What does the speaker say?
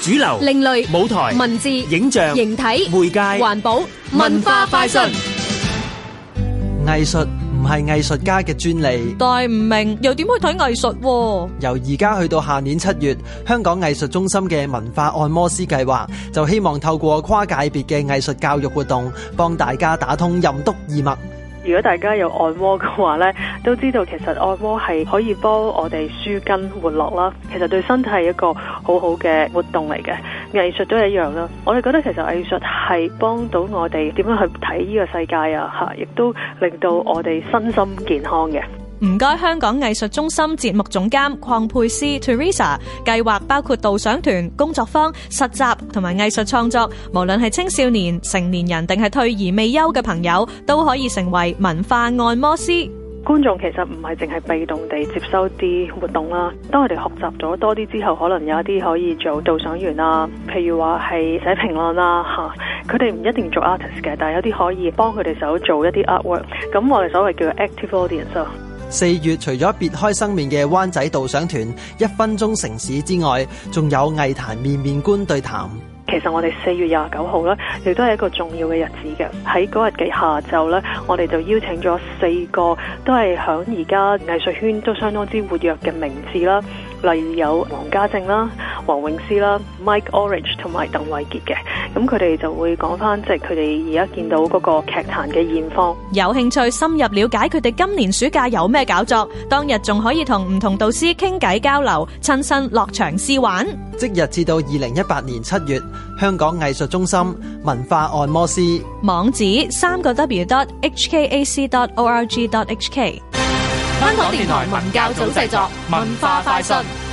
主流、另類、舞台、文字、影像、形體、媒介、環保、文文化化快快訊訊。藝術唔係藝術家嘅專利。但係唔明又點去睇藝術喎？由而家去到下年七月，香港藝術中心嘅文化按摩師計劃就希望透過跨界別嘅藝術教育活動，幫大家打通任督二脈。如果大家有按摩嘅話呢，都知道其實按摩係可以幫我哋舒筋活絡啦。其實對身體係一個好好嘅活動嚟嘅，藝術都一樣啦。我哋覺得其實藝術係幫到我哋點樣去睇呢個世界啊，嚇，亦都令到我哋身心健康嘅。唔該，香港藝術中心節目總監邝佩斯 Teresa 計劃包括導賞團、工作坊、實習同埋藝術創作，無論係青少年、成年人定係退而未休嘅朋友，都可以成為文化按摩師。觀眾其實唔係淨係被動地接收啲活動啦，當佢哋學習咗多啲之後，可能有一啲可以做導賞員啦，譬如話係寫評論啦嚇， 佢哋唔一定做 artist 嘅，但係有啲可以幫佢哋手做一啲 artwork，咁我哋所謂叫 active audience 啊咯。四月除咗別開生面嘅灣仔導賞團一分鐘城市之外，仲有藝壇面面觀對談。其實我哋四月廿九號咧，亦都係一個重要嘅日子嘅。喺嗰日嘅下晝咧，我哋就邀請咗四個都係響而家藝術圈都相當之活躍嘅名字啦，例如有黃家正啦、黃詠詩啦、Mike Orange 同埋鄧偉傑嘅。咁佢哋就會講翻，即係佢哋而家見到嗰個劇壇嘅現況。有興趣深入了解佢哋今年暑假有咩搞作，當日仲可以同唔同導師傾偈交流，親身落場試玩。即日至到二零一八年七月，香港藝術中心文化按摩師。網址三個 W dot HKAC dot ORG dot HK。香港電台文教組製作，文化快訊。